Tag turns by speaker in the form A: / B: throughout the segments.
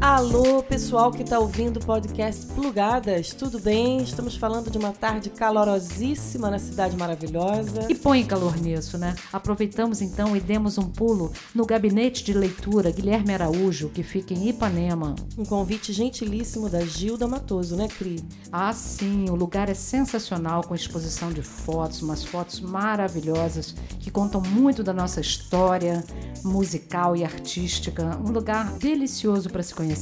A: Alô, pessoal que está ouvindo o podcast Plugadas, tudo bem? Estamos falando de uma tarde calorosíssima na cidade maravilhosa.
B: E põe calor nisso, né? Aproveitamos então e demos um pulo no gabinete de leitura Guilherme Araújo, que fica em Ipanema.
A: Um convite gentilíssimo da Gilda Matoso, né, Cri?
B: Ah, sim, o lugar é sensacional com exposição de fotos, umas fotos maravilhosas que contam muito da nossa história musical e artística. Um lugar delicioso para se conhecer.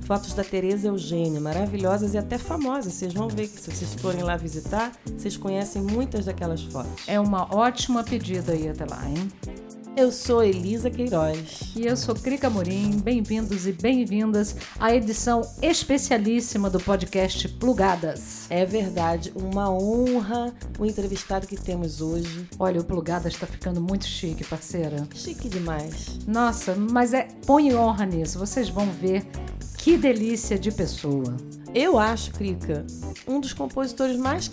A: Fotos da Tereza Eugênia, maravilhosas e até famosas. Vocês vão ver que se vocês forem lá visitar, vocês conhecem muitas daquelas fotos.
B: É uma ótima pedida aí até lá, hein?
A: Eu sou Elisa Queiroz.
B: E eu sou Crica Morim. Bem-vindos e bem-vindas à edição especialíssima do podcast Plugadas.
A: É verdade, uma honra o entrevistado que temos hoje.
B: Olha, o Plugadas está ficando muito chique, parceira.
A: Chique demais.
B: Nossa, mas é põe honra nisso. Vocês vão ver que delícia de pessoa.
A: Eu acho, Crica, um dos compositores mais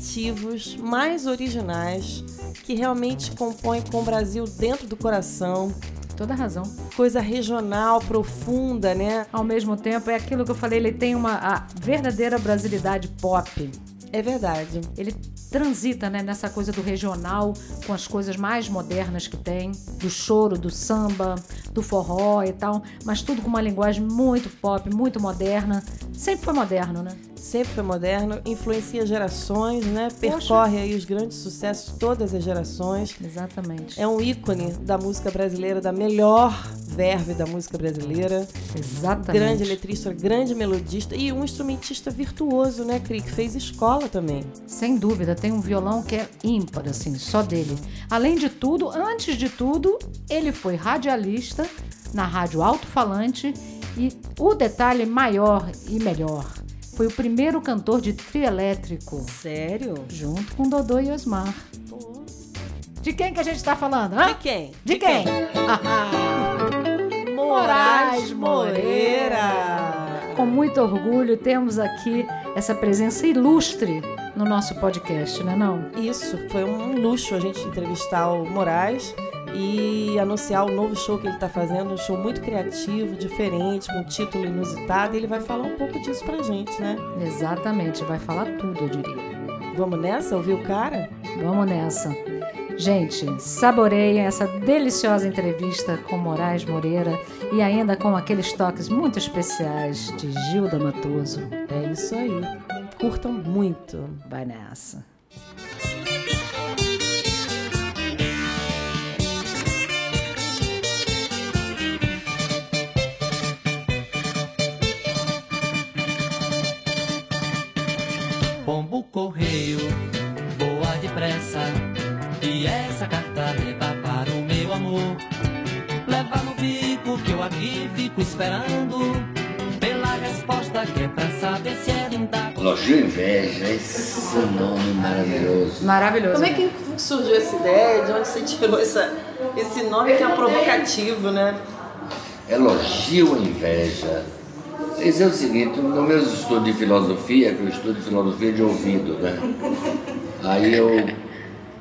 A: criativos, mais originais, que realmente compõe com o Brasil dentro do coração.
B: Toda razão.
A: Coisa regional, profunda, né?
B: Ao mesmo tempo, é aquilo que eu falei, ele tem uma a verdadeira brasilidade pop.
A: É verdade.
B: Ele transita né, nessa coisa do regional com as coisas mais modernas que tem, do choro, do samba, do forró e tal, mas tudo com uma linguagem muito pop, muito moderna. Sempre foi moderno, né?
A: Sempre foi moderno, influencia gerações, né? Percorre aí os grandes sucessos todas as gerações.
B: Exatamente.
A: É um ícone da música brasileira, da melhor verve da música brasileira.
B: É, Exatamente.
A: Grande letrista, grande melodista e um instrumentista virtuoso, né, Cri? Que fez escola também.
B: Sem dúvida, tem um violão que é ímpar, assim, só dele. Além de tudo, antes de tudo, ele foi radialista na Rádio Alto Falante e o detalhe maior e melhor. Foi o primeiro cantor de trio elétrico.
A: Sério?
B: Junto com Dodô e Osmar.
A: Pô.
B: De quem que a gente tá falando? hã?
A: De quem?
B: De quem? Moraes
A: Moreira.
B: Com muito orgulho, temos aqui essa presença ilustre no nosso podcast, né não?
A: Isso, foi um luxo a gente entrevistar o Moraes e anunciar o novo show que ele está fazendo, um show muito criativo, diferente, com um título inusitado, e ele vai falar um pouco disso pra gente, né?
B: Exatamente, vai falar tudo, eu diria.
A: Vamos nessa, ouvir o cara?
B: Vamos nessa. Gente, saboreiem essa deliciosa entrevista com Moraes Moreira e ainda com aqueles toques muito especiais de Gilda Matoso.
A: É isso aí. Curtam muito.
B: Vai nessa.
C: pombo correio, voa depressa. E essa carta leva para o meu amor. Leva no bico que eu aqui fico esperando. Pela resposta que é pra saber se é linda.
D: Elogio e inveja, esse nome maravilhoso.
B: Maravilhoso.
A: Como é que surgiu essa ideia? De onde você tirou essa, esse nome que é provocativo, né?
D: Elogio e inveja. Isso é o seguinte, no meu estudo de filosofia, que eu estudo filosofia de ouvido, né? Aí eu,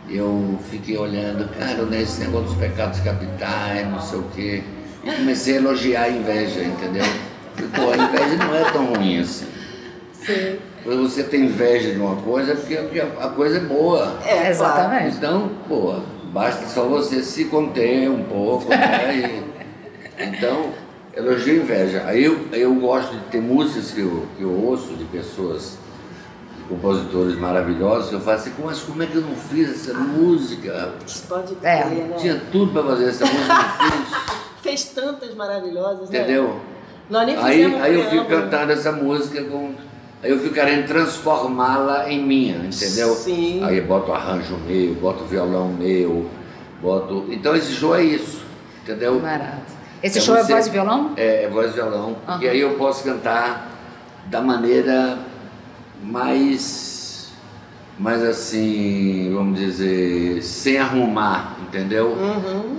D: eu fiquei olhando, cara, né, esse negócio dos pecados capitais, não sei o quê. E comecei a elogiar a inveja, entendeu? Porque, pô, a inveja não é tão ruim assim.
A: Sim.
D: Quando você tem inveja de uma coisa, é porque a- a coisa é boa.
A: É, claro.
B: Exatamente.
D: Então, pô, basta só você se conter um pouco, né? E- então, elogio e inveja. Aí eu, eu gosto de ter músicas que eu, que eu ouço de pessoas, de compositores maravilhosos, eu falo assim, mas como é que eu não fiz essa música?
A: Pode crer,
B: É.
A: né?
D: Tinha tudo pra fazer essa música, não fiz,
A: Fez tantas maravilhosas, né?
D: entendeu?
A: Nós nem
D: Aí,
A: fizemos um
D: aí eu fico
A: preâmbulo.
D: cantando essa música com. Aí eu fico querendo transformá-la em minha, entendeu?
A: Sim.
D: Aí eu boto arranjo meu, boto violão meu, boto. Então esse show é isso, entendeu?
B: Barato. Esse
D: É
B: show
D: você-
B: é voz e violão?
D: É, é voz e violão.
B: Aham.
D: E aí eu posso cantar da maneira mais. mais assim, vamos dizer, sem arrumar, entendeu?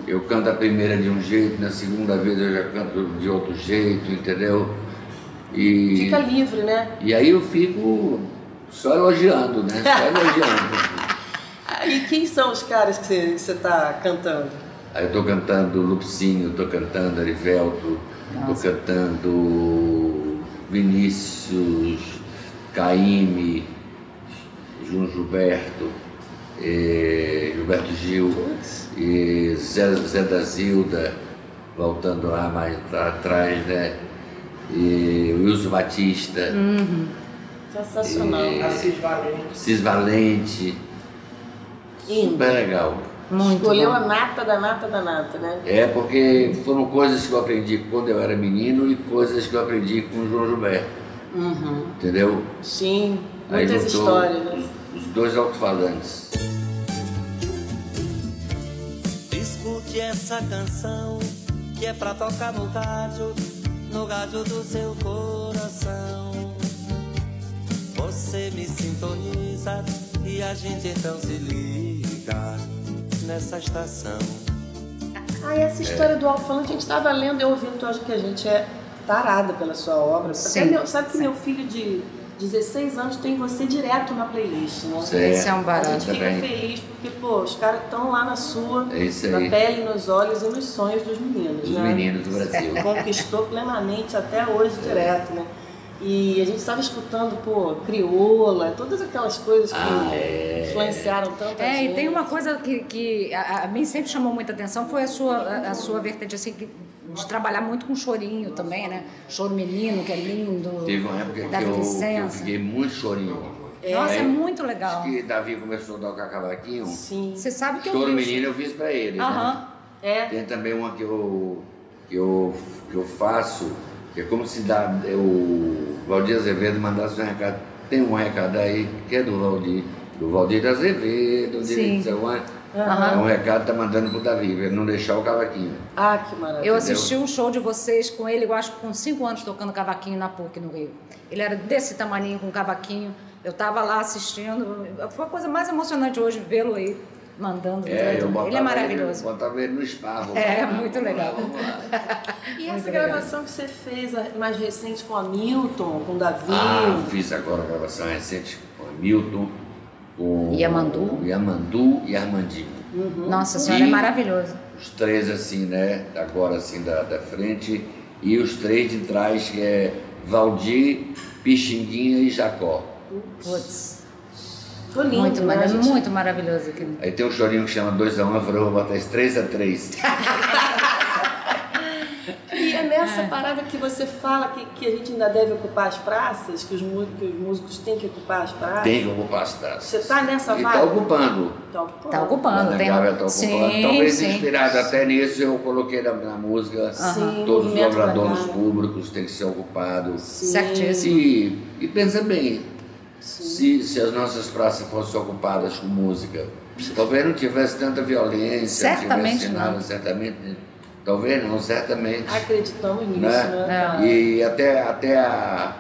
D: Eu canto a primeira de um jeito, na segunda vez eu já canto de outro jeito, entendeu? E,
A: Fica livre, né?
D: e aí eu fico só elogiando, né? Só elogiando.
A: Ah, E quem são os caras que você está cantando?
D: Aí eu estou cantando Lupcinho, estou cantando Arivelto, estou
E: Nossa.
D: cantando Vinícius, Caíme, João Gilberto, eh, Gilberto Gil, e Zé, Zé da Zilda, voltando lá mais pra trás, né? E Wilson Batista.
A: Sensacional.
B: Assis Valente.
D: Cis Valente.
A: Lindo.
D: Super legal.
A: Escolheu a é nata da nata da nata, né?
D: É porque foram coisas que eu aprendi quando eu era menino e coisas que eu aprendi com o João Gilberto. Entendeu?
A: Sim,
D: Aí
A: Uhum. muitas
D: juntou
A: histórias. né?
D: Os, os dois alto-falantes.
C: Escute essa canção que é pra tocar no rádio, no rádio do seu coração. Você me sintoniza e a gente então se liga nessa estação.
A: Ah, e essa história do alto-falante, a gente estava lendo e ouvindo, tu acha que a gente é tarada pela sua obra?
E: Sim.
A: Até meu- sabe que meu filho de 16 anos tem você direto na playlist, né?
E: Esse é um
A: A
E: barato.
A: gente fica
D: Também.
A: feliz porque, pô, os caras estão lá na sua,
D: É isso
A: na
D: aí.
A: pele, nos olhos e nos sonhos dos meninos,
D: Dos
A: né?
D: meninos do Brasil.
A: Conquistou plenamente até hoje direto, né? E a gente estava escutando, pô, crioula, todas aquelas coisas que
D: Ah, é.
A: influenciaram tanto
B: É,
A: gente.
B: e tem uma coisa que, que a, a mim sempre chamou muita atenção, foi a sua, a, a sua vertente, assim, que- de trabalhar muito com chorinho também, né? Choro menino, que é lindo.
D: Teve uma época que
B: Davi
D: eu, que eu
B: Vicença.
D: fiquei muito chorinho.
B: Nossa, é
D: Aí,
B: muito legal.
D: Que Davi começou a tocar cavaquinho.
A: Sim.
B: Você sabe que eu
D: Choro
B: vi-
D: menino eu fiz pra ele. né?
B: Aham.
A: É,
D: Tem também uma que eu, que eu, que eu faço, que é como se dá, o Valdir Azevedo mandasse um recado. Tem um recado aí que é do Valdir, do Valdir Azevedo,
B: Sim.
D: de São
B: Aham.
D: É um recado que tá mandando pro Davi, pra ele não deixar o cavaquinho.
A: ah, que maravilha.
B: Eu assisti um show de vocês com ele, eu acho que com cinco anos tocando cavaquinho na PUC no Rio. Ele era desse tamaninho com cavaquinho. Eu tava lá assistindo. Foi a coisa mais emocionante hoje vê-lo aí mandando.
D: É, eu
B: tudo.
D: botava
B: ele é maravilhoso.
D: Ele, botava ele no esparro.
B: É, muito legal.
D: Vamos lá, vamos lá.
A: E essa
B: legal.
A: gravação que você fez a- mais recente com a Milton, com o Davi,
D: Ah, eu fiz agora a gravação recente com o Milton, com
B: Yamandu.
D: Yamandu e Armandinho.
B: Nossa senhora, é
D: E-
B: maravilhoso.
D: os três assim, né? Agora assim da, da frente e os três de trás que é Valdir, Pixinguinha e Jacó.
B: Putz,
A: tô lindo,
B: muito,
A: né,
B: mara-
A: gente?
B: muito maravilhoso aquilo.
D: Aí tem um chorinho que chama 2 a 1 um, eu falei, vou botar 3 a 3
A: E é nessa parada que você fala que, que a gente ainda deve ocupar as praças, que os, mú- que os músicos têm que ocupar as praças.
D: Tem que ocupar as taças.
A: Você tá nessa
D: E tá
A: vibe?
D: ocupando.
A: Tá ocupando. um-
B: Tá
D: Ana
B: ocupando, tem.
D: Gávea tá ocupando.
B: Sim,
D: Talvez
B: sim.
D: inspirado até nisso, eu coloquei na, na música
A: Ah. Sim,
D: todos os
A: movimento pra
D: obradores
A: cá.
D: públicos têm que ser ocupados.
A: Sim.
B: Certíssimo.
D: E, e pensa bem, se, se as nossas praças fossem ocupadas com música, talvez não tivesse tanta violência, não
B: Certamente
D: tivesse nada,
B: não.
D: certamente. Talvez não, certamente.
A: Acreditamos nisso,
D: Né?
A: né?
B: É.
D: E até, até a-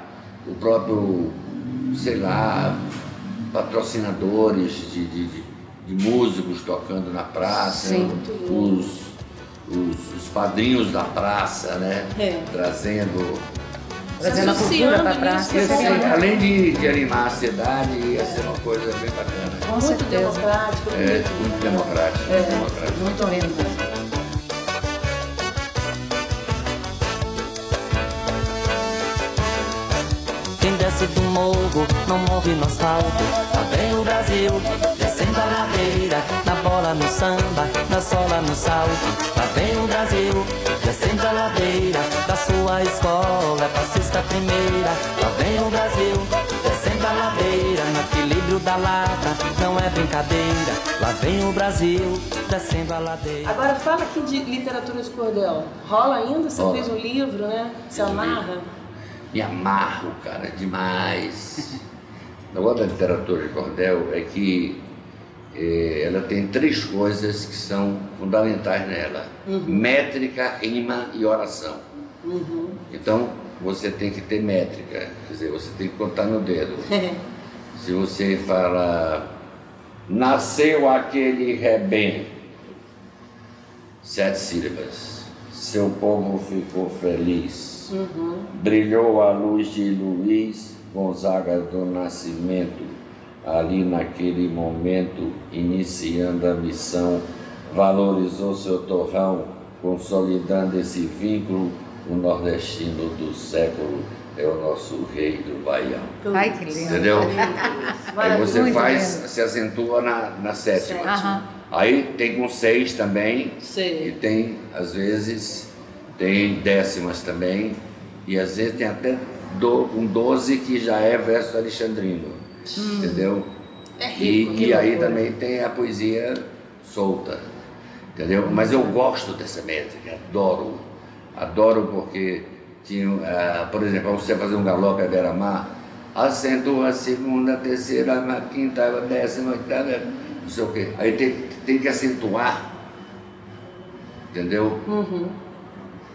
D: o próprio, sei lá, patrocinadores de, de- de- de músicos tocando na praça,
B: Sim.
D: os, os, os padrinhos da praça, né?
A: É.
D: Trazendo.
B: Trazendo a cultura pra
A: Associando
B: praça.
A: nisso,
D: Assim,
A: né?
D: além de, de animar a cidade, ia ser uma coisa bem bacana.
B: Com
A: Muito
B: certeza.
A: democrático.
D: É,
A: muito-
D: muito democrático, muito democrático.
B: Muito lindo.
C: Quem desce do morro não morre no asfalto. Lá vem o Brasil, descendo a ladeira, na bola no samba, na sola no salto. Lá vem o Brasil, descendo a ladeira, da sua escola, passista primeira. Lá vem o Brasil, descendo a ladeira, no equilíbrio da lata, não é brincadeira. Lá vem o Brasil, descendo a ladeira.
A: Agora fala aqui de literatura de cordel. Rola ainda? Você
D: Rola.
A: fez um livro, né? Você
D: Fiz um
A: amarra?
D: Me amarro, cara, demais. O negócio da literatura de cordel é que eh, ela tem três coisas que são fundamentais nela:
A: Uhum.
D: métrica, rima e oração.
A: Uhum.
D: Então, você tem que ter métrica, quer dizer, você tem que contar no dedo. Se você fala, nasceu aquele rebento, sete sílabas, seu povo ficou feliz,
B: Uhum.
D: brilhou a luz de Luiz Gonzaga do Nascimento, ali naquele momento, iniciando a missão valorizou seu torrão, consolidando esse vínculo. O nordestino do século é o nosso rei do baião.
B: Ai, que lindo.
D: Entendeu? Aí
A: Maravilhoso.
D: você
B: muito
D: faz,
B: bem.
D: se acentua na, na sétima.
B: Aham.
D: Aí tem com seis também, e
A: Sei.
D: tem, às vezes, tem décimas também, e às vezes tem até do, um 12 que já é verso alexandrino, entendeu?
A: É rico.
D: E,
A: que
D: e aí
A: loucura.
D: também tem a poesia solta, entendeu? Mas eu gosto dessa métrica, adoro, adoro porque tinha, ah, por exemplo, você fazer um galope à beira-mar, acentua a segunda, a terceira, a quinta, a décima, a oitava, não sei o quê. Aí tem, tem que acentuar, entendeu?
A: Uhum.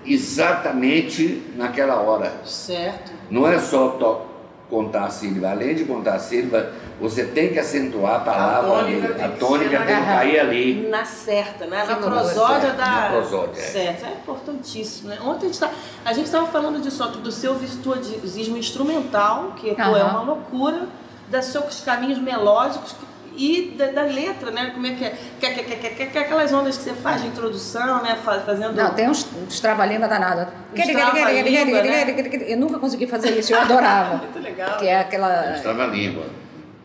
D: Exatamente naquela hora.
A: Certo.
D: Não é só to- contar a sílaba. Além de contar a sílaba, você tem que acentuar a palavra.
F: A
D: ali.
F: tônica tem
D: A
F: que
D: tônica
F: ser
D: tem que cair ali.
A: Na certa, né? Na
B: Que loucura.
A: prosódia
D: Certo,
A: da.
D: na prosódia, é.
A: Certo, é importantíssimo, né? Ontem a gente estava falando disso, Otto, do seu virtuosismo instrumental, que pô, é
B: Aham.
A: uma loucura, dos seus caminhos melódicos que- e da, da letra, né? Como é que é? Que, que, que, que, que, que, aquelas ondas que você faz de introdução, né? Fa- Fazendo.
B: Não, tem uns, uns trava-língua danado.
A: trava-língua,
B: Eu nunca consegui fazer isso, eu adorava.
A: Muito legal.
B: que é
D: Tem
B: aquela.
D: os trava-língua.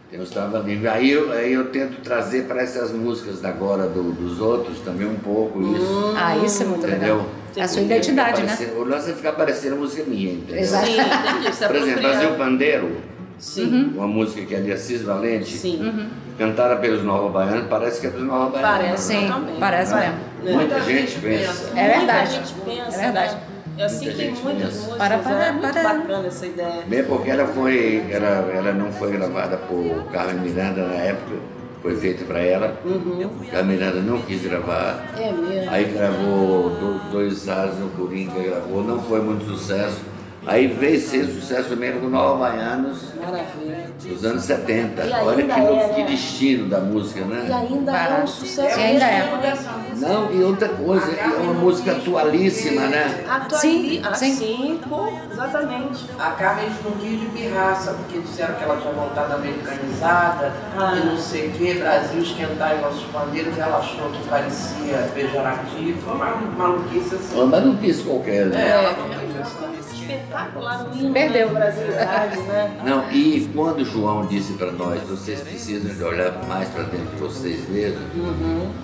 D: Tem os trava-língua. Aí, eu- aí eu tento trazer para essas músicas da agora do- dos outros também um pouco isso.
B: Ah, isso é muito
D: Entendeu?
B: legal. É a sua identidade, né?
D: Aparecer- O lance é ficar parecendo música minha, entendeu?
B: Exato.
A: Sim, entendi. Se
D: Por exemplo, Brasil
A: apropriar.
D: Pandeiro,
A: Sim,
B: Uhum.
D: uma música que é de Assis Valente,
A: sim. Né?
D: cantada pelos Nova Baianos, parece que é dos Nova Baianos.
A: Parece.
B: Sim,
A: Totalmente.
B: parece mesmo.
D: Muita gente pensa.
B: É verdade.
A: Muita gente pensa,
B: É verdade.
A: né? Eu sei que
D: Muita
A: tem
D: gente
A: muitas
D: pensa.
A: músicas,
B: Para, para,
A: é muito
B: para.
A: bacana essa ideia.
D: Mesmo porque ela foi, ela, ela não foi gravada por Carmen Miranda na época, foi feita para ela.
A: Uhum.
D: Carmen Miranda não quis gravar.
A: É mesmo.
D: Aí gravou do- dois ases no Coringa, gravou, não foi muito sucesso. Aí veio ser sucesso mesmo com Nova Baianos
A: Maravilha.
D: dos anos 70.
A: E
D: Olha
A: ainda
D: que,
A: é,
D: louco, que
A: né?
D: destino da música,
A: E
D: né?
A: ainda é um
B: Barato.
A: sucesso.
B: E ainda é.
A: mesmo, né?
D: Não, e outra coisa, é uma música atualíssima, né?
A: Atualiza.
B: Sim,
A: Ah,
B: sim.
A: sim, pô, exatamente.
F: A Carmen escondia de pirraça, porque disseram que ela tinha voltado americanizada,
A: Ah.
F: e não sei o quê, Brasil esquentar os nossos bandeiros, ela achou que parecia pejorativo, foi uma maluquice assim.
D: Mas não quis qualquer, né?
F: ela não fez isso.
A: Espetacular o hino
B: Perdeu.
A: da brasilidade, né?
D: Não, e quando o João disse para nós, vocês precisam de olhar mais para dentro de vocês mesmos,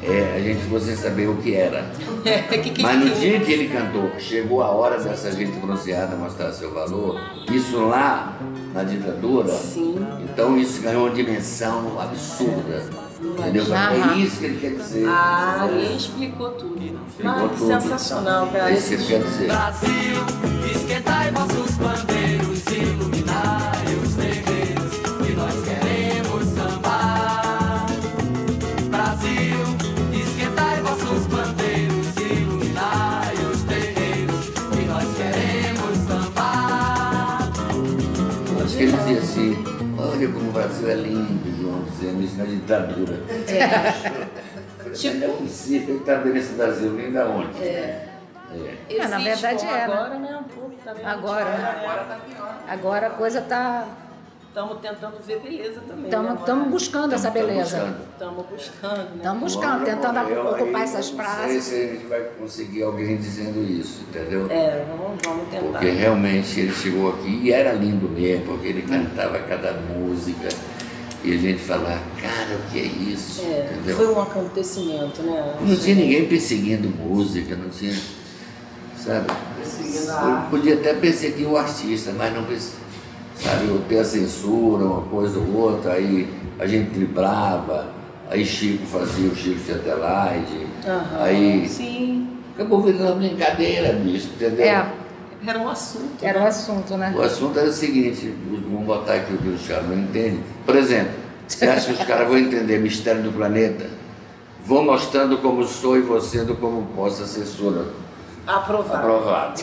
D: é, a gente ficou sem saber o que era.
A: Uhum. que, que,
D: Mas no
A: que-
D: dia que ele cantou, chegou a hora dessa gente bronzeada mostrar seu valor, isso lá na ditadura,
A: Sim.
D: então isso ganhou uma dimensão absurda. Entendeu?
B: Aham.
D: É isso que ele quer dizer.
A: Ah, ele explicou tudo. Ah, que
D: tudo.
A: sensacional, cara.
D: É isso que ele quer dizer.
G: Brasil, esquentai vossos bandeiros, iluminai os negreiros que nós queremos sambar. Brasil, esquentai vossos bandeiros, iluminai os terreiros que nós queremos sambar.
D: Acho que ele dizia assim, olha como o Brasil é lindo, João, dizendo isso na ditadura. Tipo, é possível, ele está vendo esse Brasil lindo aonde? É.
B: Ah, na
A: Existe,
B: verdade
A: pô,
B: é, né?
A: Agora, né? Um pouco, tá vendo?
B: Agora, né?
F: Agora tá pior.
B: Agora a coisa tá.
A: Estamos tentando ver beleza também. né,
B: Estamos
A: Mara?
B: buscando
D: tá
B: essa beleza.
A: Estamos buscando, né?
B: Estamos buscando, tentando ocupar essas
D: Não sei
B: praças.
D: se a gente vai conseguir alguém dizendo isso, entendeu?
A: É, vamos, vamos tentar.
B: tá.
D: Porque realmente ele chegou aqui e era lindo mesmo, porque ele cantava cada música e a gente falava, cara, o que é isso?
A: É,
D: entendeu?
A: foi um acontecimento, né?
D: Não tinha ninguém perseguindo música, não tinha. Sabe?
F: Perseguindo a
D: Eu
F: arte.
D: podia até perseguir o artista, mas não perse- sabe, eu ter a censura, uma coisa ou outra, aí a gente driblava, aí Chico fazia o Chico de Adelaide,
A: Aham.
D: aí
A: Sim,
D: acabou virando uma brincadeira bicho, entendeu?
B: É,
A: era um assunto.
B: era o assunto, né?
D: O assunto era o seguinte, vamos botar aqui o que os caras não entendem. Por exemplo, você acha que os caras vão entender mistério do planeta? Vou mostrando como sou e você do como posso a censura.
A: Aprovado.
D: Aprovado.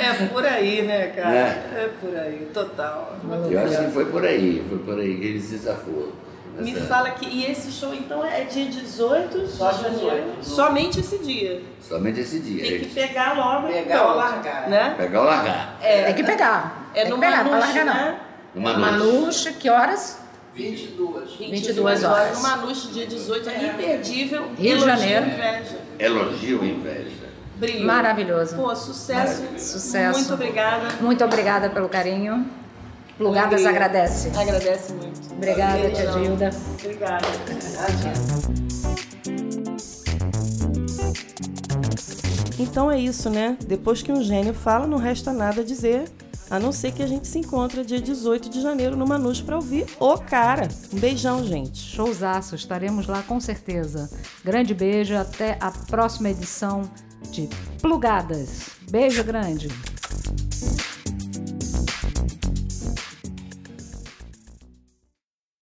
A: É por aí, né, cara?
D: É.
A: É, por aí, total.
D: Eu acho que tá foi por aí, foi por aí que ele se safou.
A: Me
D: Essa-
A: fala que. E esse show então é dia 18
F: Só
A: de janeiro?
F: 18.
A: Somente esse dia.
D: Somente esse dia.
A: Tem
D: Ele
A: que pegar logo
F: Pegar
A: então,
F: ou largar.
A: Né?
D: Pegar ou largar.
B: Tem que pegar.
A: É
B: Tem
A: no
B: que pegar, pra
A: Manuche,
B: largar não.
A: né?
D: Numa noite.
B: Manuche, que horas?
F: 22.
H: 22 horas.
I: O Manus, dia 18, é imperdível.
H: Rio de
I: Elogio
H: Janeiro.
I: e Inveja.
D: Elogio ou inveja?
I: Brilho.
H: Maravilhoso.
I: Pô, sucesso.
H: Sucesso.
I: Muito obrigada.
H: Muito obrigada pelo carinho. Lugadas
I: Obrigada.
H: agradece.
I: Agradece muito.
H: Obrigada, tia
I: Beijão.
H: Gilda.
I: Obrigada. Adiós.
A: Então é isso, né? Depois que um gênio fala, não resta nada a dizer, a não ser que a gente se encontra dia 18 de janeiro no Manus pra ouvir o cara. Um beijão, gente.
B: Showzaço, estaremos lá com certeza. Grande beijo, até a próxima edição de Plugadas. Beijo grande.